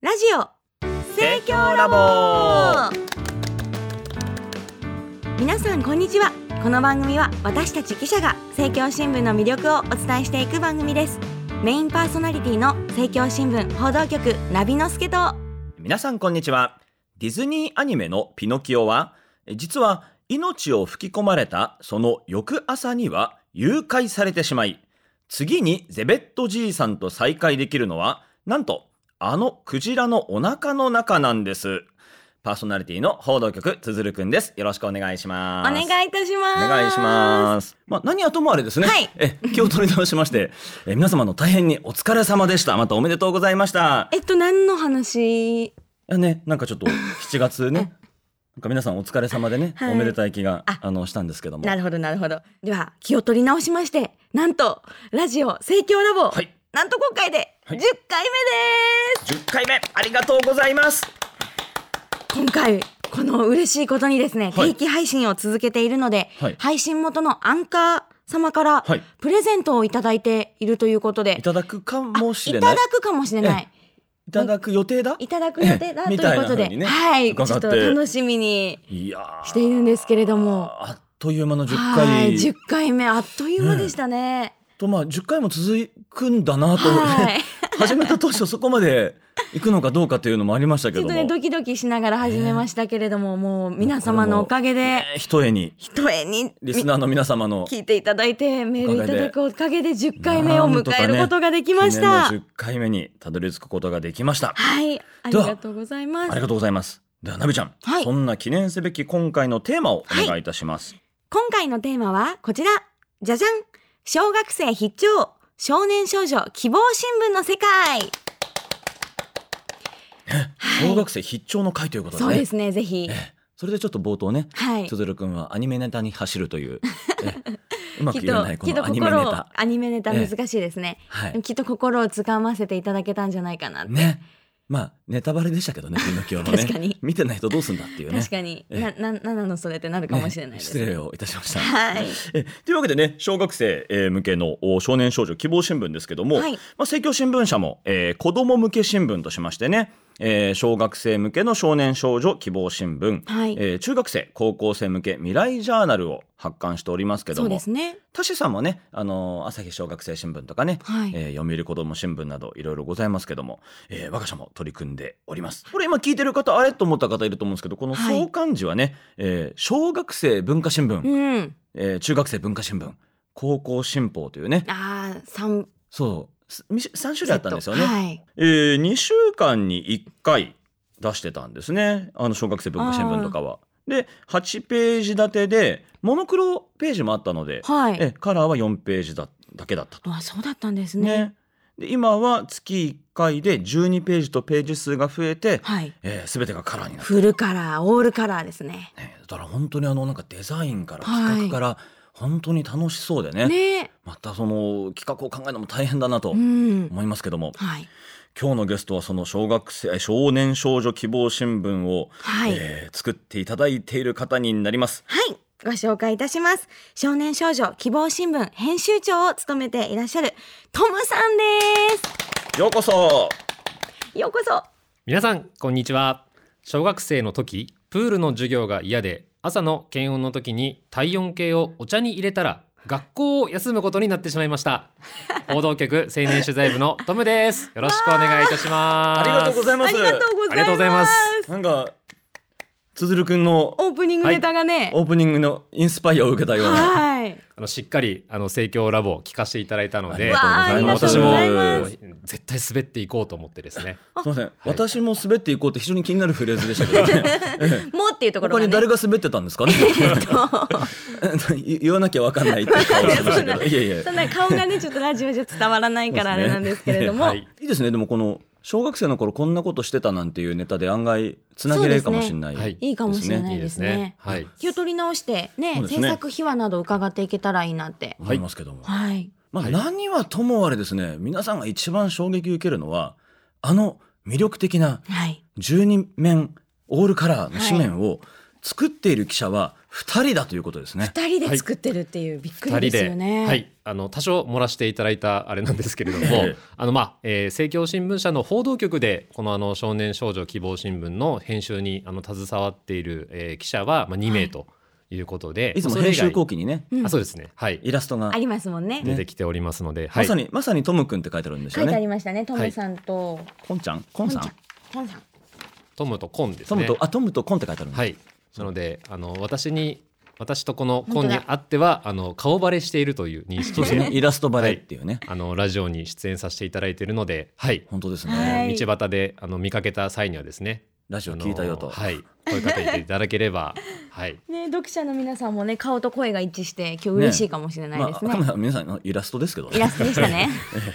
ジオ盛況ラボ皆さんこんにちはこの番組は私たち記者が政教新聞の魅力をお伝えしていく番組ですメインパーソナリティの政教新聞報道局ナビのすけと皆さんこんにちはディズニーアニメのピノキオはえ実は命を吹き込まれたその翌朝には誘拐されてしまい次にゼベットじいさんと再会できるのはなんとあのクジラのお腹の中なんですパーソナリティの報道局つづるくんですよろしくお願いしおます願いいたしますお願いします。まあ、何はともあれですね。はいえ、気を取り直しまして、え、皆様の大変にお疲れ様でした。またおめでとうございました。えっと何の話いやね、なんかちょっと7月 ね、なんか皆さんお疲れ様でね、はいおめでたい気がああのしたんですけども。なるほどなるほどでは気を取り直しましてなんとラジオ盛況ラボ、はい、なんと今回で10回はい目です、 10回目ありがとうございます。今回この嬉しいことにですね、はい定期配信を続けているので、はい配信元のアンカー様からはいプレゼントをいただいているということで、いただくかもしれあない。いただくかもしれない、いただく予定だ。いただく予定だとえいえうことで、みたいな風にねはいちょ伺っってと楽しみにいやーしているんですけれどもあっという間の10はい回。 10回目あっという間でしたね、とまあ10回も続くんだなと思って、はね、い 始めた当初そこまで行くのかどうかというのもありましたけちょっどとも。ねドキドキしながら始めましたけれども、もう皆様のおかげでえーひとえに一重にリスナーの皆様の聞いていただいてメールいただくおかげで10回目を迎えることができ記まし念のた、 10回目にたどり着くことができました。はいありがとうございまありすがとうございます。ではナビちゃん、はいそんな記念すべき今回のテーマをお願いいたします。今回のテーマはこちらじゃじゃん小学生必聴少年少女希望新聞の世界はい小学生必聴の回ということでね。そうですねぜひそれでちょっと冒頭ね、はいつづるくんはアニメネタに走ると いう、えうまきくっ言えとないこきっとのアニメネ心をタ。アニメネタ難しいですね、はい。きっと心をつかませていただけたんじゃないかなって、ね。まあネタバレでしたけどね、ピノキオのね。 確かに見てないとどうすんだっていうね。確かに、ええななななのそれってなるかもしれないねです、失礼をいたしました。はいえというわけでね小学生えー向けのお少年少女希望新聞ですけども、はいまあ、政教新聞社も、えー子ども向け新聞としましてね、えー小学生向けの少年少女希望新聞、はいえー中学生高校生向け未来ジャーナルを発刊しておりますけどそうでもすね田志さんもね、あのー朝日小学生新聞とかね、はい、えー読売子ども新聞などいろいろございますけども、えー我が社も取り組んでおりますこれ今聞いてる方あれと思った方いると思うんですけどこのはい創刊時はね、えー小学生文化新聞、うんえー中学生文化新聞高校新報というねああ三そうすみし3種類あったんですよね、はい、え2週間に1回出してたんですねあの小学生文化新聞とかは。で8ページ立てでモノクロページもあったので、はい、えカラーは4ページだだけだったと。あそうだったんですねね、で今は月1回で12ページとページ数が増えて、はいえー、全てがカラーになる、フルカラーオールカラーですねね、だから本当にあのなんかデザインからはい企画から本当に楽しそうでね、ねまたその企画を考えるのも大変だなとうん思いますけども、はい今日のゲストはその小学生少年少女希望新聞を、はい、えー作っていただいている方になります。はいご紹介いたします少年少女希望新聞編集長を務めていらっしゃるトムさんでようこそすようこそ皆さんこんにちは小学生の時プールの授業が嫌で朝の検温の時に体温計をお茶に入れたら学校を休むことになってしまいました報道局青年取材部のトムですよろしくお願いいたしますありがとうございまあすりがとうございますありがとうございますなんかつづるくんのオープニングネタがねオープニングのインスパイアを受けたようなはいあのしっかりあの盛況ラボを聞かせていただいたのでわああありのがとうご私ざいもます絶対滑っていこうと思ってですねすみません、私も滑っていこうって非常に気になるフレーズでし たけど、ね、もうっていうところ他がに誰ねが滑ってたんですかね。 言わなきゃわかんないっていう顔してましたけど、いやい や、そんな顔がねちょっとラジオじゃ伝わらないからあれなんですけれども、はいいいですね。でもこの小学生の頃こんなことしてたなんていうネタで案外つなげれるかもしれない。そうですねいいかもしれないいいでですすねねはい気を取り直してねそうです制ね作秘話など伺っていけたらいいなって思いますけども、はいまあ何はともあれですね。皆さんが一番衝撃受けるのはあの魅力的なはい12面オールカラーの紙面を作っている記者は2人だということですね。二人で作ってるっていう、びっくりですよね。はい、あの多少漏らしていただいたあれなんですけれどもええ、あのまあ、えー、政教新聞社の報道局でこのあの少年少女希望新聞の編集にあの携わっている、えー記者はまあ2名ということで、いつもそれ編以外集後期にね、うんあそうですね、はい、イラストがありますもんね。出てきておりますので、はまいさ、にまさにトムくんって書いてあるんです書よいてあね。りましたね。トムさんとコンちゃん、コンさん、トムさん。トムとコンですトムね。とあトムとコンって書いてあるんだはい、なのであの私に私とこのコン本当にだあってはあの顔バレしているという認識そうですね。でイラストバレっていうね。 あのラジオに出演させていただいているので、はい、本当ですはね。い道端であの見かけた際にはですねラジあオの聞いたよと。はい声かけていただけれ ばはいね、読者の皆さんもね、顔と声が一致して、今日嬉しいかもしれないまあ、ですあね。くまで皆さんのイラストですけどイね。ラストでしたね。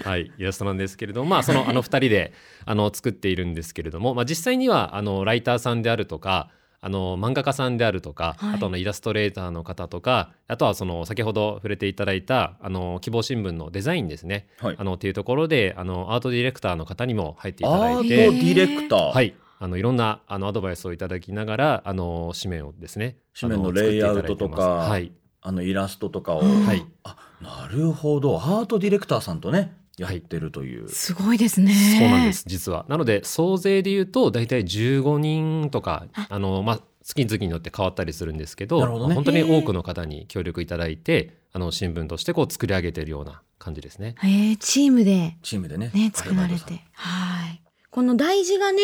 はいイラストなんですけれどもまあその あの二人であの作っているんですけれどもまあ実際にはあのライターさんであるとかあの漫画家さんであるとか、はいあとあのイラストレーターの方とかあとはその先ほど触れていただいたあの希望新聞のデザインですねはいあ。のっていうところであのアートディレクターの方にも入っていたアだいートてディレクター。はい、あのいろんなあのアドバイスをいただきながらあの紙面をですね紙面のあ作っていただいてますレイアウトとかはい、あのイラストとかを。はい、あ、なるほど。アートディレクターさんとね、やってるとい う。すごいですね。そうなんで。す実はなので総勢で言うと大体15人とかああの、まあ、月々によって変わったりするんですけなどるほどねまあ本当に多くの方に協力いただいてあの新聞としてこう作り上げているような感じですね。えー、チームでチームでね。ね、作られアルバイトさん。て。はい。この大事がね、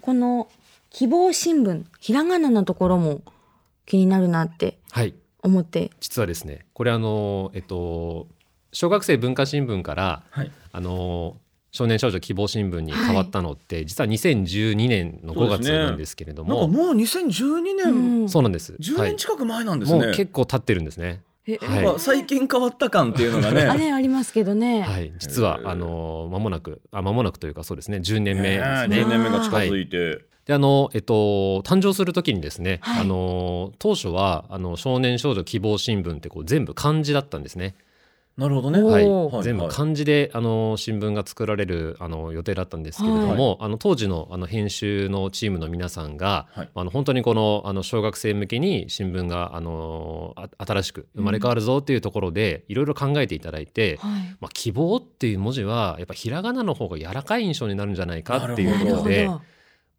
この希望新聞、ひらがなのところも気になるなってはい思って。実はですねこれあのえっと小学生文化新聞からはい。あの少年少女希望新聞に変わったのって、実は2012年の5月そうですねなんですけれどなんかももう2012う年、んそうなんです10は年い近く前なんですもうね。結構経ってるんですねえはいなんか最近変わった感っていうのがあね。れありますけどね。はい実はへーあの間もなくあ間もなくというかそうですね10年目です10ねね年目が近づいて。であのえっと誕生する時にですね、はいあの当初はあの少年少女希望新聞ってこう全部漢字だったんですねなるほどね。おーはいはい全部漢字であの新聞が作られるあの予定だったんですけれども、あの当時のあの編集のチームの皆さんが、はいあの本当にこのあの小学生向けに新聞があのあ新しく生まれ変わるぞっていうところでいろいろ考えていただいて、はい。まあ、希望っていう文字はやっぱひらがなの方が柔らかい印象になるんじゃないかっていなうることでなるほど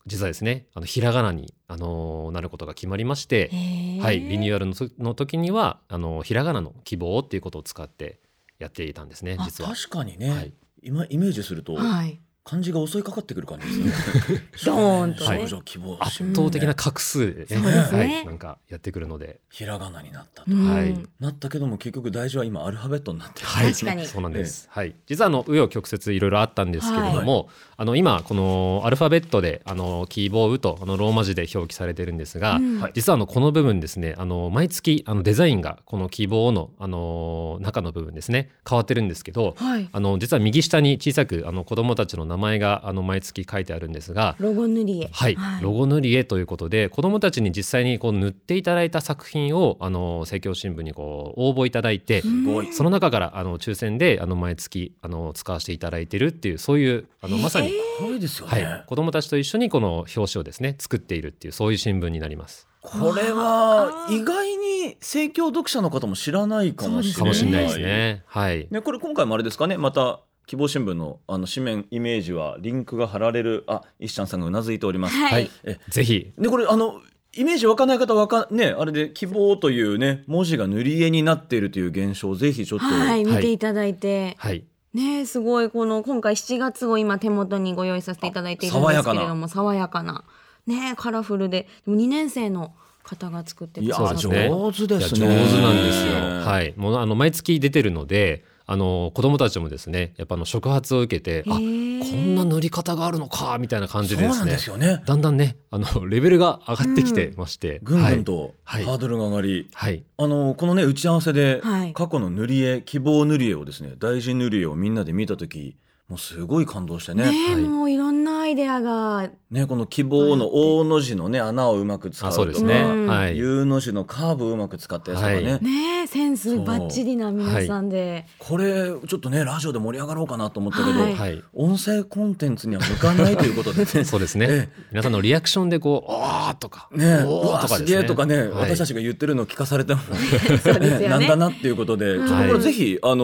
実はですねあのひらがなに、あのなることが決まりまして、へーはい、リニューアルのとの時にはあのひらがなの希望っていうことを使ってやっていたんですねあ実は。確かにはねい。今イメージするとはい。漢字が襲いかかってくる感じですね。 ドーンとね少女希望圧倒的な画数で、そうですねはい、なんかやってくるので、ひらがなになったと。うんはいなったけども結局大事は今アルファベットになってる。はい、確かにそうなんです。はい、実はあの紆余曲折いろいろあったんですけれども、あの今このアルファベットであのキーボーウとあのローマ字で表記されてるんですが、うんはい実はあのこの部分ですね、あの毎月あのデザインがこの希望のあの中の部分ですね変わってるんですけど、はい。あの実は右下に小さくあの子どもたちの名前があの毎月書いてあるんですが、ロゴ塗り絵。はい、ロゴ塗り絵ということで子どもたちに実際にこう塗っていただいた作品をあの政教新聞にこう応募いただいて、すごいその中からあの抽選であの毎月あの使わせていただいてるっていうそういうあのまさに、これですよはね。い、子どもたちと一緒にこの表紙をですね作っているっていうそういう新聞になります。これは意外に政教読者の方も知らないかもしれない。かもしれないです。ね。はい、ね、これ今回もあれですかね、また希望新聞のあの紙面イメージはリンクが貼られる。あ、石ちゃんさんがうなずいております。はい。え、ぜひでこれあのイメージわかんない方わかんね、あれで希望というね文字が塗り絵になっているという現象ぜひちょっと。はい、はい見ていただいて。はいねえすごいこの今回7月を今手元にご用意させていただいているんですけれども爽やかなねえカラフルででも2年生の方が作っていくだやさそっうて、ですね上手いでやす上手ね。なんですよ。い。はい、もうあの毎月出てるので、あの子供たちもですね、やっぱあの触発を受けて、あ、こんな塗り方があるのかみたいな感そじうででなすんでね。すよね。だんだんね、あのレベルが上がってきてまして、ぐんはぐいんとハはいードルが上がり、はい、あのこのね打ち合わせではい過去の塗り絵希望塗り絵をですね大事塗り絵をみんなで見た時もうすごい感動してねね。え、はいもういろんなアイデアがね、この希望の大の字のね、穴をうまく使あうそうとでか、すね、うんはい、 U の字のカーブをうまく使ったやつとかね、はねえセンスバッチリな皆さんで、これちょっとねラジオで盛り上がろうかなと思ったけど、はいはい、音声コンテンツには向かないということでね そうですね、え皆さんのリアクションでこう「おー」とか「えねえおうー」わとかすですげえねとかね、はい私たちが言ってるのを聞かされても、 そうですよなんねだなっていうことで、はいちょっとこれぜひあの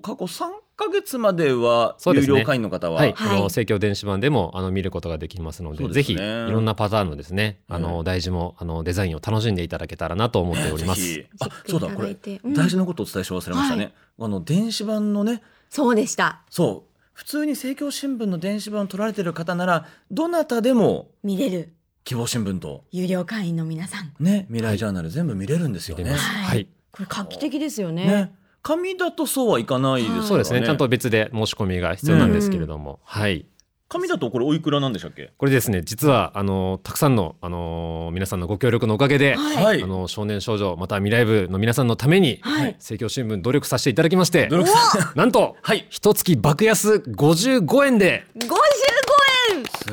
ー過去3ヶ月まではそうで有すね料会員の方は、はい、はいあの政教電子版でもあの見ることができますのでそうでぜすひいねろんなパターンのですねあの、うん大事もあのデザインを楽しんでいただけたらなと思っておりまぜす。ひあそうだこれれ大事なことをお伝えし忘れましたね、あの電子版のねそうでしたそう普通に政教新聞の電子版を取られてる方ならどなたでも見れる希望新聞と有料会員の皆さんね未来ジャーナル全部見れるんですよ出ね。ますははいい、これ画期的ですよねね、紙だとそうはいかないですからはいね。そうですねちゃんと別で申し込みが必要なんですけれども、はい紙だとこれおいくらなんでしたっけ？これですね実はあのたくさんのあの皆さんのご協力のおかげで、はいはい。あの少年少女また未来部の皆さんのために、はい政教新聞努力させていただきまして努力さん。なんとはい。一月爆安55円で55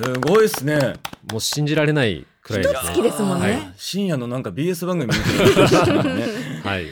円すごいですね。もう信じられないくらいです一ね月ですもんねいやー深夜のなんか BS 番組みたいなね。 はい、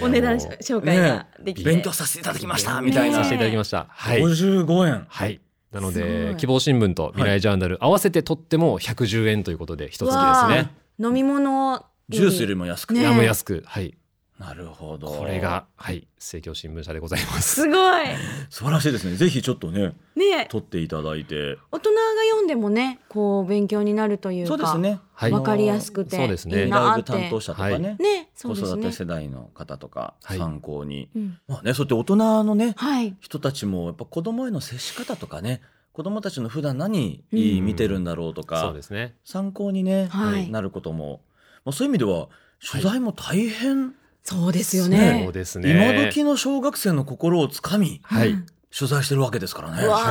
お値段あの紹介ができて、勉強させていただきましたみたいねなさせ。ていただきました。はい。五十五円。はい。なのすごでい希望新聞と未来ジャーナル合わせてとっても110円ということで一月ですわね。飲み物ジュースよりも安く。ねやむ安くはい。なるほど。これがはい政教新聞社でございます。すごい素晴らしいですね。ぜひちょっとねね取っていただいて。大人が読んでもねこう勉強になるというかそうですね。はい。わかりやすくてそうですい未いね。な来部担当者とかね。ねそ子うです育ねて世代の方とかはい参考に。うんまあね、そうやって大人のね、はい人たちもやっぱ子供への接し方とかね子供たちの普段何いいうん見てるんだろうとか、そうですね。参考に、ねはいなることも、まあ、そういう意味では取材も大変、そうですよそねうです今ね。時の小学生の心をつかみはい。取材してるわけですからね。うわは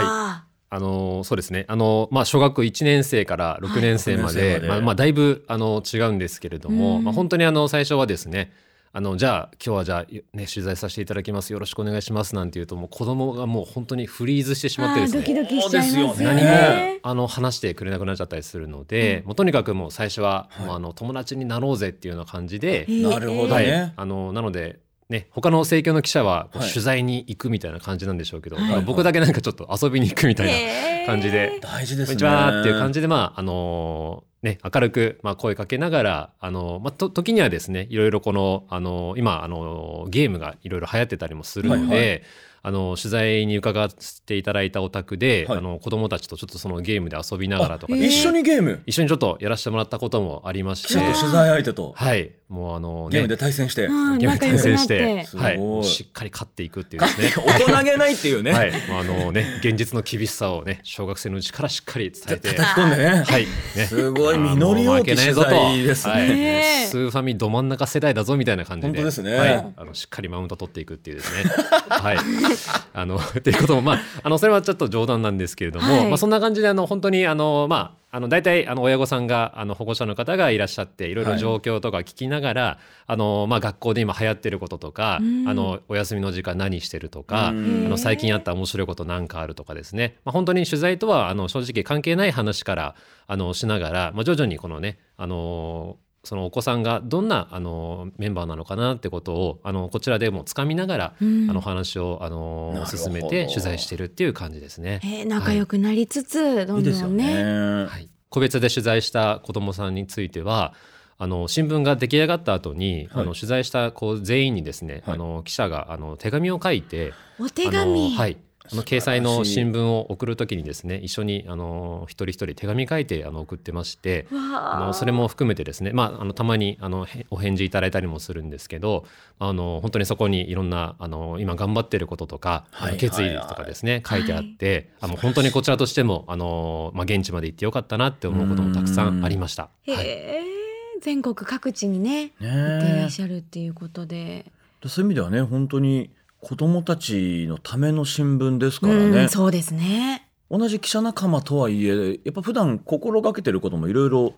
ああのーそうですね、あのーまあ、小学1年生から6年生まはいで、 6年生ままであまあ、だいぶあの違うんですけれども、うんまあ、本当にあの最初はですねあのじゃあ今日はじゃあ、ね、取材させていただきますよろしくお願いしますなんて言うともう子供がもう本当にフリーズしてしまってあーですドキねドキしちゃいますよそうですねよ何ねもあの話してくれなくなっちゃったりするので、うんもうとにかくもう最初は、はいもうあの友達になろうぜっていうような感じで、えーなるほどはねいあのなので、ね、他の政教の記者はこうはい取材に行くみたいな感じなんでしょうけど、はいまあ僕だけなんかちょっと遊びに行くみたいな。えー感じで大事でこすね。んにちはっていう感じで、まあ、あのね、明るく、まあ、声かけながら、あのまあ、と、時にはですね、いろいろこの、あの今、あのゲームがいろいろ流行ってたりもするので、はいはあの取材に伺っていただいたお宅で、はいあの子供たちとちょっとそのゲームで遊びながらとかあで、えー一緒にゲーム一緒にちょっとやらせてもらったこともありまし記者て、と取材相手とはい、もうあのゲーねムで対戦して、うんゲーム仲で良く転生なっしてて、すごいはい、もうしっかり勝っていくっていうですね。大人げないっていうね、はい、まああのね、現実の厳しさをね、小学生のうちからしっかり伝えて、叩き込んでね。はい。ねすごいあー実りもう多負きけない取ぞと材ですね。はいねえスーファミど真ん中世代だぞみたいな感じで。本当ですねはい。あの、しっかりマウント取っていくっていうです ね。はい。あの、っていうことも、まあ、あの、それはちょっと冗談なんですけれども、はいまあ、そんな感じで、あの、本当に、あの、まあ、あの、大体、あの、親御さんが、あの、保護者の方がいらっしゃって、いろいはろい状況とか聞きながら、あの、まあ、学校で今流行ってることとか、うんあの、お休みの時間何してるとか、うんあの最近あった面白いことなんかあるとかですね、まあ、本当に取材とはあの正直関係ない話からあのしながら、まあ、徐々にこのね、あのーそのお子さんがどんな、あのーメンバーなのかなってことを、あのこちらでもつかみながら、うんあのお話を、あのーなるほど進めて取材してるっていう感じですね。えー仲良くなりつつ、どいいんですどよんね。ねはい、個別で取材した子どもさんについてはあの新聞が出来上がった後に、はいあの取材した子全員にですね、はいあの記者があの手紙を書いて、お手紙あのはいあの素晴らしい掲載の新聞を送るときにですね一緒にあの一人一人手紙書いてあの送ってましてわああのそれも含めてですね、まあ、あのたまにあのへお返事いただいたりもするんですけどあの本当にそこにいろんなあの今頑張ってることとか、あのはいはい決意とかですね、書いてあって、あもう本当にこちらとしてもあの、まあ、現地まで行ってよかったなって思うこともたくさんありました。へはいえ全国各地にねね行っていらっえしゃるっていうことで、そういう意味ではね本当に子供たちのための新聞ですからうねん、そうですね同じ記者仲間とはいえやっぱ普段心がけてることもいろいろ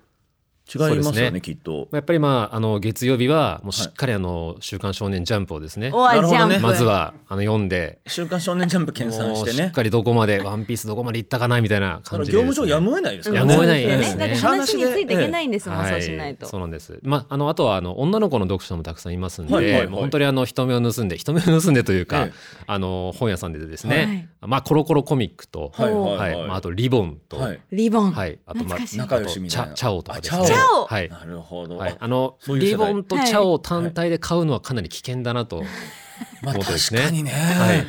違いますよそうでねすねきっと。やっぱりまああの月曜日はもうしっかりあの「週刊少年ジャンプ」をですね、おわなるほジどャンねプまずはあの読んで週刊少年ジャンプ研鑽もしうてしっね。かりどこまで「ワンピースどこまで行ったかなみた いだかな感らじ業で務上ですねやむを得ないですからやむを得ないですそうだねって話についていけないんですもん、そうしないとそうなんです。まああのあとはあの女の子の読者もたくさんいますんで、はいはいはいもう本当にあの人目を盗んで人目を盗んでというか、ええあの本屋さんでですね、まあコロコロコミックと、はいはいはいまああとリボンと、ははいい。リボン、はいあと懐まあかしい仲良しみたいあな。とチャチャオとかですね。あチャオはい。なるほど。はい、あのそういう世リ代ボンとチャオ単体で買うのはかなり危険だなと、まあそう確ですねかにね。はい、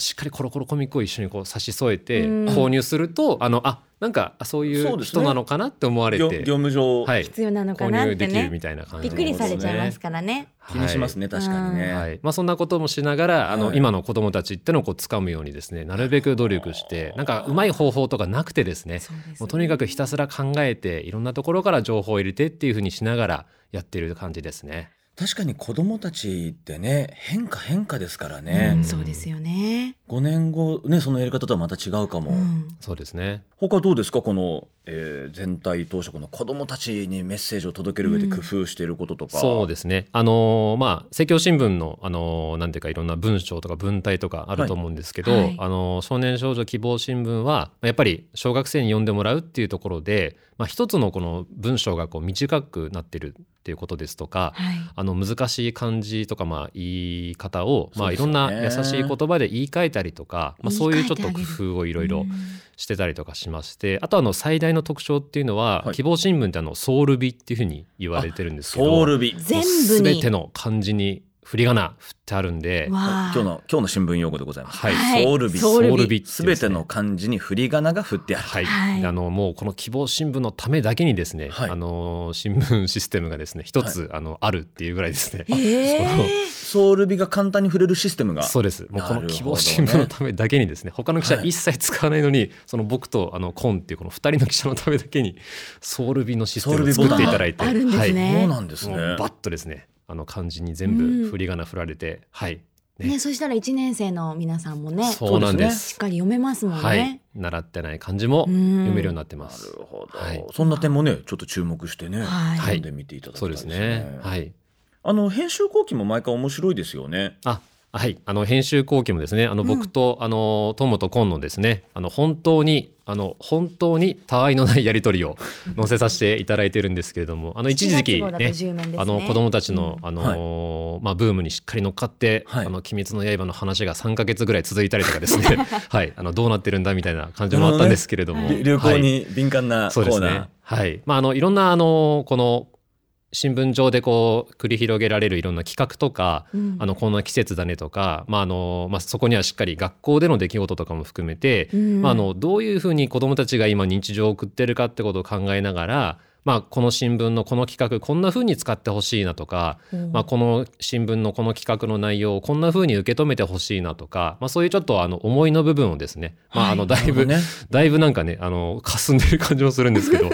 しっかりコロコロコミックを一緒にこう差し添えてうん購入するとあのあなんかあそういそううですね人なのかなって思われ業業て、務上はい、必要なのか購なっ入てできるねみたいな感びじっのくりされちゃいますこからねと気にしますね確かにはいはね。いまあ、そんなこともしながらあの、はい今の子どもたちってのをこう掴むようにですねなるべく努力してなんかうまい方法とかなくてですねそうですもうとにかくひたすら考えていろんなところから情報を入れてっていうふうにしながらやってる感じですね。確かに子供たちってね変化変化ですからうねん。そうですよね、 5年後ねそのやり方とはまた違うかも。うんそうですね他どうですかこの、えー全体当初この子どもたちにメッセージを届ける上で工夫していることとか、そうですね。あのーまあ政教新聞のあのーなんていうかいろんな文章とか文体とかあると思うんですけど、はいはいあのー少年少女希望新聞はまあやっぱり小学生に読んでもらうっていうところで、まあ一つのこの文章がこう短くなってるっていうことですとか。はいあの難しい漢字とかまあ言い方をそうまあでいすよろんねな優しい言葉で言い換えたりとかまあそういうちょっと工夫をいろいろうんしてたりとかしましてあとあの最大の特徴っていうのは、はい希望新聞ってあのソウル日っていうふうに言われてるんですけどソウル日全す部べにての漢字に振り仮名振ってあるんわで今あ日の今日の新聞用語でございます、はいはいソウル日ソウル日すべての漢字に振り仮名が振ってある、はい、はいあのもうこの希望新聞のためだけにですね、はいあの新聞システムがですね一つ、あのあるっていうぐらいですね。ええソウル日が簡単に振れるシステムがそうですもうこなるほどのね希望新聞のためだけにですね他の記者はい一切使わないのに、その僕とあのコンっていうこの2人の記者のためだけにソウル日のシステムをソウル日ボ作タっンていただいてあるんですねそうなんですはねい、もうバッとですねあの漢字に全う部ん振り仮名振られて、はいねね、そしたら一年生の皆さんもね、そうなんでしっすかり読めますもんね。はい習ってない漢字もうん読めるようになってまなするほど、はいそんな点もねちょっと注目してね、はい読んでみていただきたそいうでですすねねはいあの編集後期も毎回面白いですよねあはい、あの編集後期もですねあのうん僕と、あのトモとコンのですねあの本当にあの本当にたわいのないやり取りを載せさせていただいてるんですけれども あの一時期7月号だとね10面ですねあの子供たちの、あのまあ、ブームにしっかり乗っかって「はいあの鬼滅の刃」の話が3か月ぐらい続いたりとかですね、はい、あのどうなってるんだみたいな感じもあったんですけれども、り流は行いに敏感なコそうでーすナー、ね。はい。まああのいろんなあのこの新聞上でこう繰り広げられるいろんな企画とか、うんあのこんな季節だねとか、まああのまあそこにはしっかり学校での出来事とかも含めて、うんまああのどういうふうに子どもたちが今日常を送ってるかってことを考えながら。まあ、この新聞のこの企画こんな風に使ってほしいなとか、うんまあ、この新聞のこの企画の内容をこんな風に受け止めてほしいなとか、まあ、そういうちょっとあの思いの部分をですね、まあ、あのだいぶ、なるほどねだいぶなんかねあの霞んでる感じもするんですけど、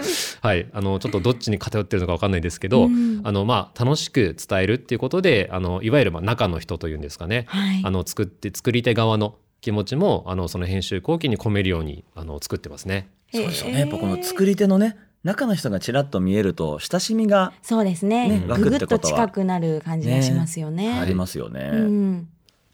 はい、あのちょっとどっちに偏ってるのかわかんないですけうど、んあのまあ、楽しく伝えるっていうことであのいわゆるまあ中の人というんですかね、はいあの作って作り手側の気持ちもあのその編集後期に込めるようにあの作ってますね。そうですよね。やっぱこの作り手のね、中の人がちらっと見えると親しみがそうですね。ねぐぐっ楽っとてことは近くなる感じがしますよね。ありますよね。うん、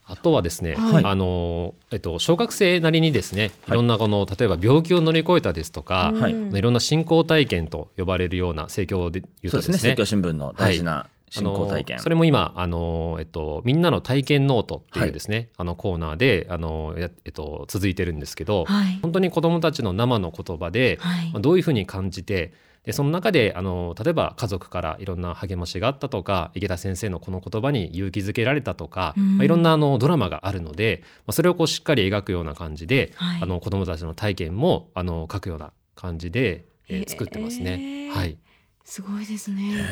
あとはですね、はいあのえっと、小学生なりにですねいはいろんなこの例えば病気を乗り越えたですとか、はいうんいろんな信仰体験と呼ばれるような政教で言うそとうでですすねね。政教新聞の大事な信仰体験。あのそれも今あの、えっと、みんなの体験ノートっていうですね、あのコーナーであの、やえっと、続いてるんですけど、はい。本当に子どもたちの生の言葉で、はいまあどういうふうに感じてでその中であの例えば家族からいろんな励ましがあったとか池田先生のこの言葉に勇気づけられたとか、うんまあいろんなあのドラマがあるので、まあそれをこうしっかり描くような感じで、はいあの子どもたちの体験もあの書くような感じで、へえーー作ってますね。はいすごいですね。ね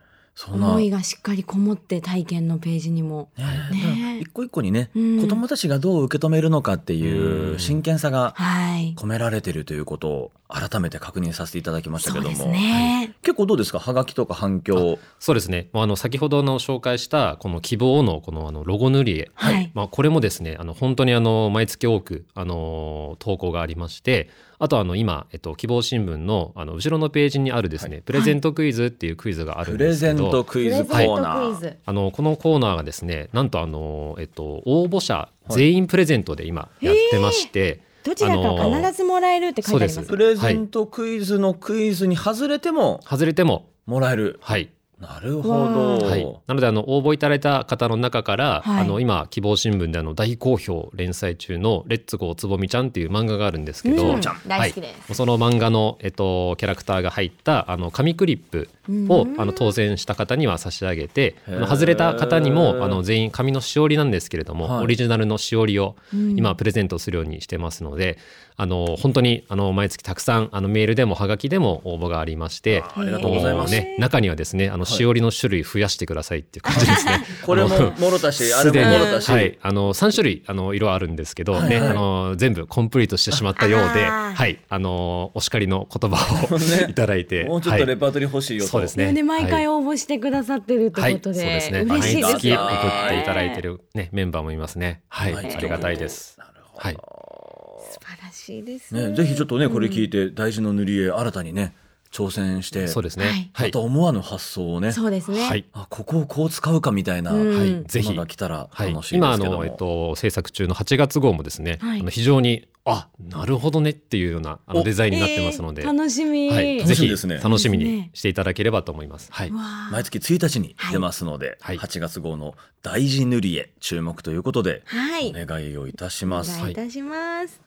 えそんな思いがしっかりこもって体験のページにも。ねえねえだから一個一個にね、うん子供たちがどう受け止めるのかっていううん真剣さがはい。込められてるということを改めて確認させていただきましたそけうどですも、ね。結構どうですかはがきとか反響そうですね。もうあの先ほどの紹介したこの希望のこのあのロゴ塗り絵、はいまあこれもですね、あの本当にあの毎月多くあの投稿がありまして、ああとあの今、えっと、希望新聞のあの後ろのページにあるですね、プレゼントクイズっていうクイズがあるんプでレすけゼどントクイズコプレゼンートナクイー。ズあのこのコーナーがですねなんとあの、えっと、応募者全員プレゼントで今やってまして、どちらあのかー必ずもらえるって書いてありそまうですすプレゼントクイズのクイズに外れても外れてももらえる。はい、なるほど。はい、なのであの応募いただいた方の中から、はいあの今希望新聞であの大好評連載中の「レッツゴーつぼみちゃん」っていう漫画があるんですけど、うんちゃん大好きです、その漫画の、えっと、キャラクターが入ったあの紙クリップをうんあの当選した方には差し上げてあへーの外れた方にもあの全員紙のしおりなんですけれども、はいオリジナルのしおりをうん今プレゼントするようにしてますので、あの本当にあの毎月たくさんあのメールでもはがきでも応募がありまして。あありがとうございます。もうね、中にはですねあのしおりの種類増やしてくださいっていう感 じですね。これもあのもろた し、あすれでもに、もろたし。はい、あの三種類あの色あるんですけど、ね、あの全部コンプリートしてしまったようで、あーはい、あのお叱りの言葉をね いただいて、もうちょっとはレパートリー欲しいい、よと。そうですなね。ので毎回はい応募してくださってるってはいこ、そとうで、ですね。嬉しいです毎月ねありが送っていただいてるるねメンバーもいますね。はい、毎月ありがたいです。なるほどはい、素晴らしいですねね、ぜひちょっとね、これ聞いて、大事の塗り絵、新たにね、挑戦して、そうですね。はいはまい、た思わぬ発想をね、そうですね、はい、あここをこう使うかみたいな、うんはうい、んぜひのが来たらはい楽しいで今あすけども、の、えっと、制作中の8月号もですね、はいあの非常にあなるほどねっていうようなあのおデザインになってますので、えー楽しみ、はい、楽ぜしみひですね楽しみですね、にしていただければと思います。はいうわ毎月1日に出ますので、はいはい8月号の「大事塗り絵」注目ということでーはいお願いをいたしおます。願いいたします、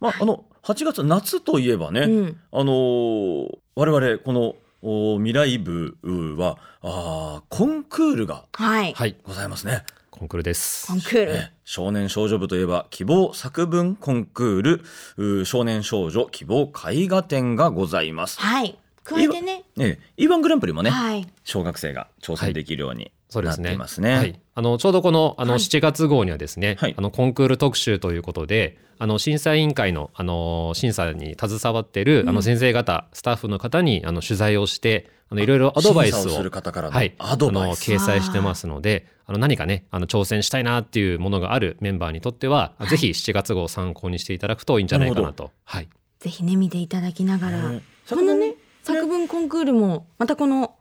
まあ、あの8月夏といえばね、うんあのー我々このお未来部はあーコンクールがはい、はい、ございますね。コンクールですコン。クール、ね少年少女部といえば希望作文コンクールうー少年少女希望絵画展がございます。はい加えてねね、E1 グランプリもね、はい小学生が挑戦できるようにそうでなっすていね。ますね。はい、あのちょうどこのあのはい7月号にはですね、はいあのコンクール特集ということで、あの審査委員会のあの審査に携わっているあの先生方、スタッフの方にあの取材をして、あのいろいろアドバイス審査をする方からはのい、アドバイス。あの掲載してますのであの何かねあの挑戦したいなっていうものがあるメンバーにとっては、ぜひ7月号を参考にしていただくといいんじゃないかなとはい、ぜひね見ていただきながら、ねこのね作文コンクールもまたこの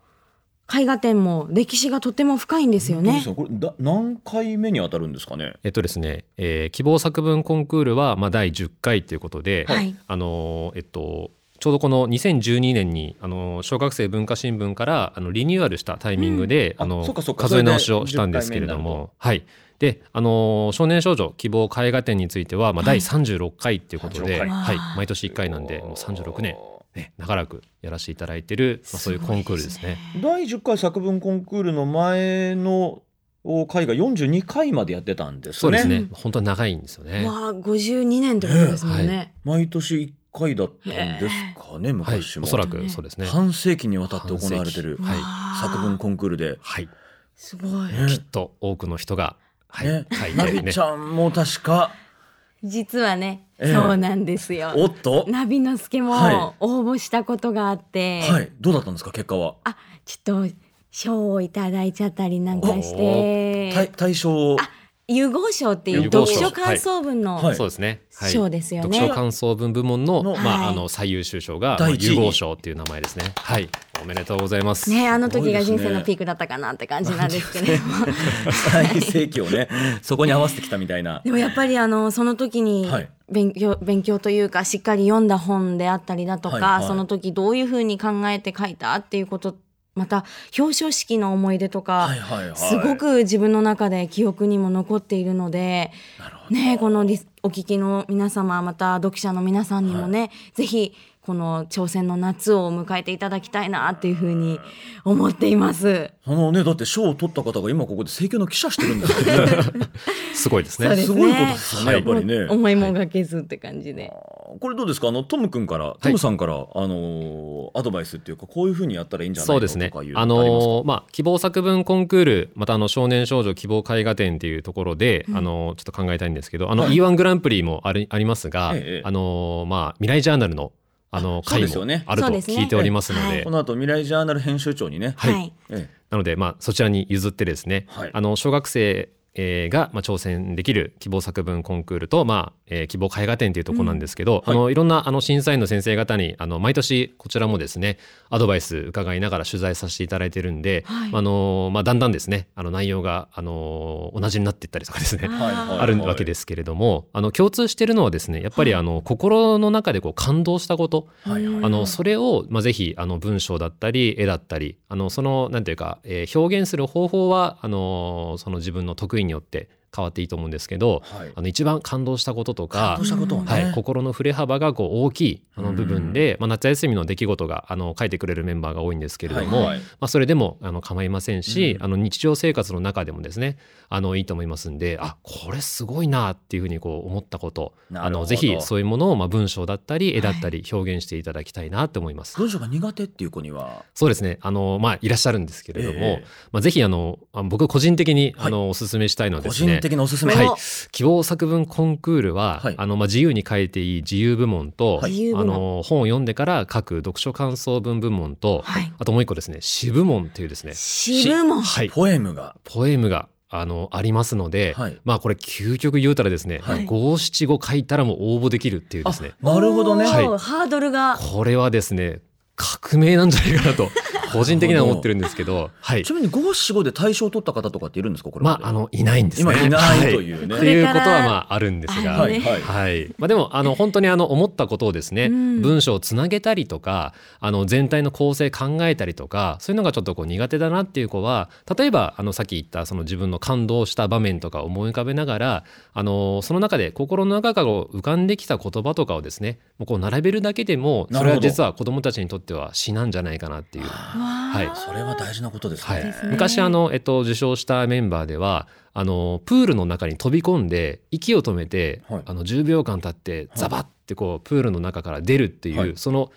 絵画展も歴史がとても深いんですよどうでねすかこれだ何回目に当たるんですかね。えっとですね、えー希望作文コンクールは、まあ、第10回ということで、はいあのーえっとちょうどこの2012年にあのー小学生文化新聞からあのリニューアルしたタイミングで、うんあのあそっかそっか数え直しをしたんですけれどそれで10回目になも、はい、であのー少年少女希望絵画展については、まあ、第36回っていうことで、 36回はいわあ、毎年1回なんでもう36年、ね、長らくやらせていただいてる、まあ、そういうコンクールですね。第10回作文コンクールの前のお回が42回までやってたんですね。そうですねうん本当に長いんですよね。わあ52年ってことですもんねねは毎年1回だったんですかね、はい、昔も。おそらくそうですね。半世紀にわたって行われてるはい作文コンクールで。はい、すごいねきっと多くの人が、はい、ね書いなてびねち。ゃんも確か、実はね、ええそうなんですよおっと、ナビの助はも応募したことがあって、はい、どうだったんですか、結果は。あちょっと賞をいただいちゃったりなんかして、対対象を。融合賞っていう融合読賞書感想文の、はいそうですね。はい。賞ですよね読書感想文部門の、のまはあ、いあの最優秀賞が、まあ第一位優豪賞っていう名前ですね。はい。おめでとうございます。ねあのすご時いでがすね人生のピークだったかなって感じなんです けれども、最盛期をね、そこに合わせてきたみたいな。でもやっぱりあのその時にはい勉強、勉強というかしっかり読んだ本であったりだとか、はいはいその時どういうふうに考えて書いたっていうことまた表彰式の思い出とか、はいはいはい。すご。く自分の中で記憶にも残っているので、なるほど。ねえこのリスお聞きの皆様また読者の皆さんにもね、ぜひこの挑戦の夏を迎えていただきたいなっていうふうに思っています。あのね、だって賞を取った方が今ここで政教の記者してるんですよね。すごいです そうでね。すごいことですよね、はいやっぱりもうね。思いもがけずって感じで。これどうですか、あのトム君から、トムさんから、あのーアドバイスっていうか、こういうふうにやったらいいんじゃないかそとうでかすね。いうあのってありますかのーまあ、希望作文コンクール、またあの少年少女希望絵画展っていうところで、あのーちょっと考えたいんですけど、あの、はい E1 グランプリもあるありますが、ええええあのーまあ、未来ジャーナルのあのそう会ですよもねあるとそうですね聞いておりますのはでい、この後未来ジャーナル編集長にね、はい、えなので、まあ、そちらに譲ってですね、はいあの小学生えーが、まあ、挑戦できる希望作文コンクールと、まあえー希望絵画展というところなんですけど、うんい、あのいろんなあの審査員の先生方にあの毎年こちらもですねアドバイス伺いながら取材させていただいてるんで、はいあのまあ、だんだんですねあの内容があの同じになっていったりとかですねはいはい あるわけですけれども、あの共通してるのはですねやっぱりあの心の中でこう感動したこと、はいはいあのそれを、まあ、ぜひあの文章だったり絵だったりあのそのなんていうか、えー表現する方法はあのその自分の得意によって変わっていいと思うんですけどはいあの一番感動したことと感か動し。たことをね、はい、心の振れ幅がこう大きいあの部分で、まあ、夏休みの出来事があの書いてくれるメンバーが多いんですけれども、はいはいまあ、それでもあの構いませんし、うんあの日常生活の中でもですねあのいいと思いますんであこれすごいなっていうふうにこう思ったことなあるほどのぜひそういうものをまあ文章だったり絵だったり表現していただきたいなと思います。文章が苦手っていう子にはそうですねあの、まあ、いらっしゃるんですけれども、ええまあ、ぜひあのあ僕個人的に、はいあのお勧めしたいのはで個す人ね的なおすすめ、はい希望作文コンクールは、はいあのまあ、自由に書いていい自由部門と、はい自由あ部門の本を読んでから書く読書感想文部門と、はいあともう一個ですね詩部門っていうですね詩部門はい、ポエムがポエムがあのありますので、はいまあこれ究極言うたらですねはい五七五書いたらもう応募できるっていうですねなるほどね、おはいーハードルがこれはですね革命なんじゃないかな と個人的には思ってるんですけど、はいち、なみに五七五で大賞を取った方とかっているんですかこれままでああのいないんですね。今いないとう。いうね、っはていいうことはまああるんですが、これからはいはいはい、まあ、でもあの本当にあの思ったことをですね、うん文章をつなげたりとかあの全体の構成考えたりとかそういうのがちょっとこう苦手だなっていう子は例えばあのさっき言ったその自分の感動した場面とかを思い浮かべながらあのその中で心の中から浮かんできた言葉とかをですねもうこう並べるだけでもそれなるはほど実は子どもたちにとっては詩なんじゃないかなっていう。はいそれは大事なことですね、はいですね昔あの、えっと、受賞したメンバーではあのプールの中に飛び込んで息を止めて、はいあの10秒間経ってザバッてこうプールの中から出るっていう、はいその、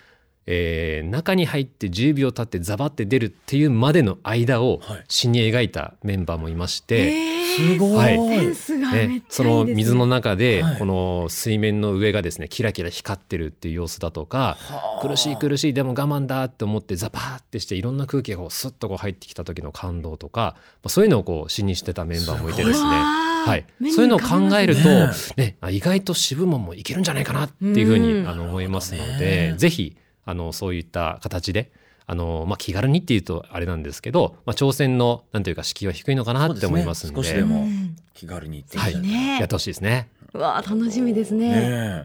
えー中に入って10秒経ってザバッて出るっていうまでの間をはい詩に描いたメンバーもいまして。すごい、はいセンスがめっちゃいいですねね、その水の中ではいこの水面の上がですねキラキラ光ってるっていう様子だとか、はあ苦しい苦しいでも我慢だって思ってザバーってしていろんな空気がこうスッとこう入ってきた時の感動とかまあそういうのをこう詩にしてたメンバーもいてですうねわーはい目、にそういうのを考える浮と、かびねますあ意外と詩部門もいけるんじゃないかなっていうふううにんあの思いますのなるほどで、ねぜひあのそういった形であの、まあ、気軽にっていうとあれなんですけど、まあ、挑戦のなんていうか敷居は低いのかなって思いますんでそうですね少しでも気軽に言っていただいて、はねやってほしいですね。うわー楽しみですねね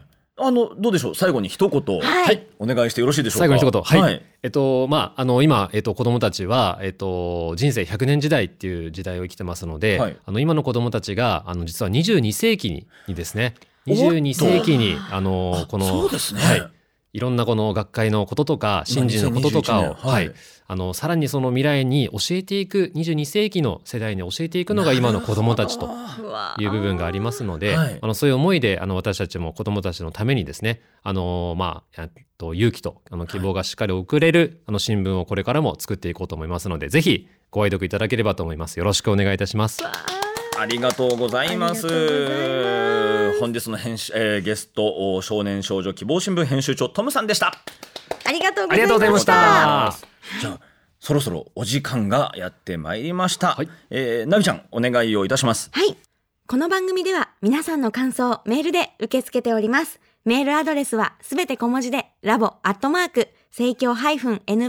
えあのどうでしょう最後に一言、はいお願いしてよろしいでしょうか最後に一言、はい、はいえっと、まあ、あの、今、えっと、子供たちは、えっと、人生100年時代っていう時代を生きてますので。はいあの、今の子供たちが、あの、実は22世紀に、にですね。おっと22世紀に、あのあ、この。そうですね、はい。いろんなこの学会のこととか、今神事のこととか2021を、年ははいい。あの、さらにその未来に教えていく、22世紀の世代に教えていくのが今の子供たちとうわーいう部分がありますので、はいあのそういう思いであの私たちも子どもたちのためにですねあの、まあ、えっと勇気とあの希望がしっかり送れる、あの新聞をこれからも作っていこうと思いますのでぜひご愛読いただければと思いますよろしくお願いいたしますわーありがとうございますありがとうございます本日の編集、えーゲストお少年少女希望新聞編集長トムさんでしたありがとうごありがとざうございいままししたたじゃあそろそろお時間がやってまいりました、はいえーナビちゃんお願いをいたしますはい。この番組では皆さんの感想をメールで受け付けております。メールアドレスはすべて小文字でラボアットマーク生協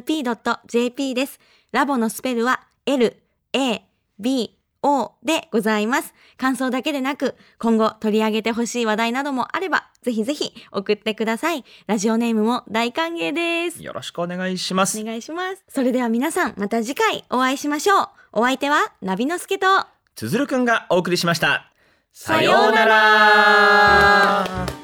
-np.jp です。ラボのスペルは L, A, B, O でございます。感想だけでなく、今後取り上げてほしい話題などもあれば、ぜひぜひ送ってください。ラジオネームも大歓迎です。よろしくお願いしますお願いします。それでは皆さん、また次回お会いしましょう。お相手はナビノスケと。つづるくんがお送りしましたさようなら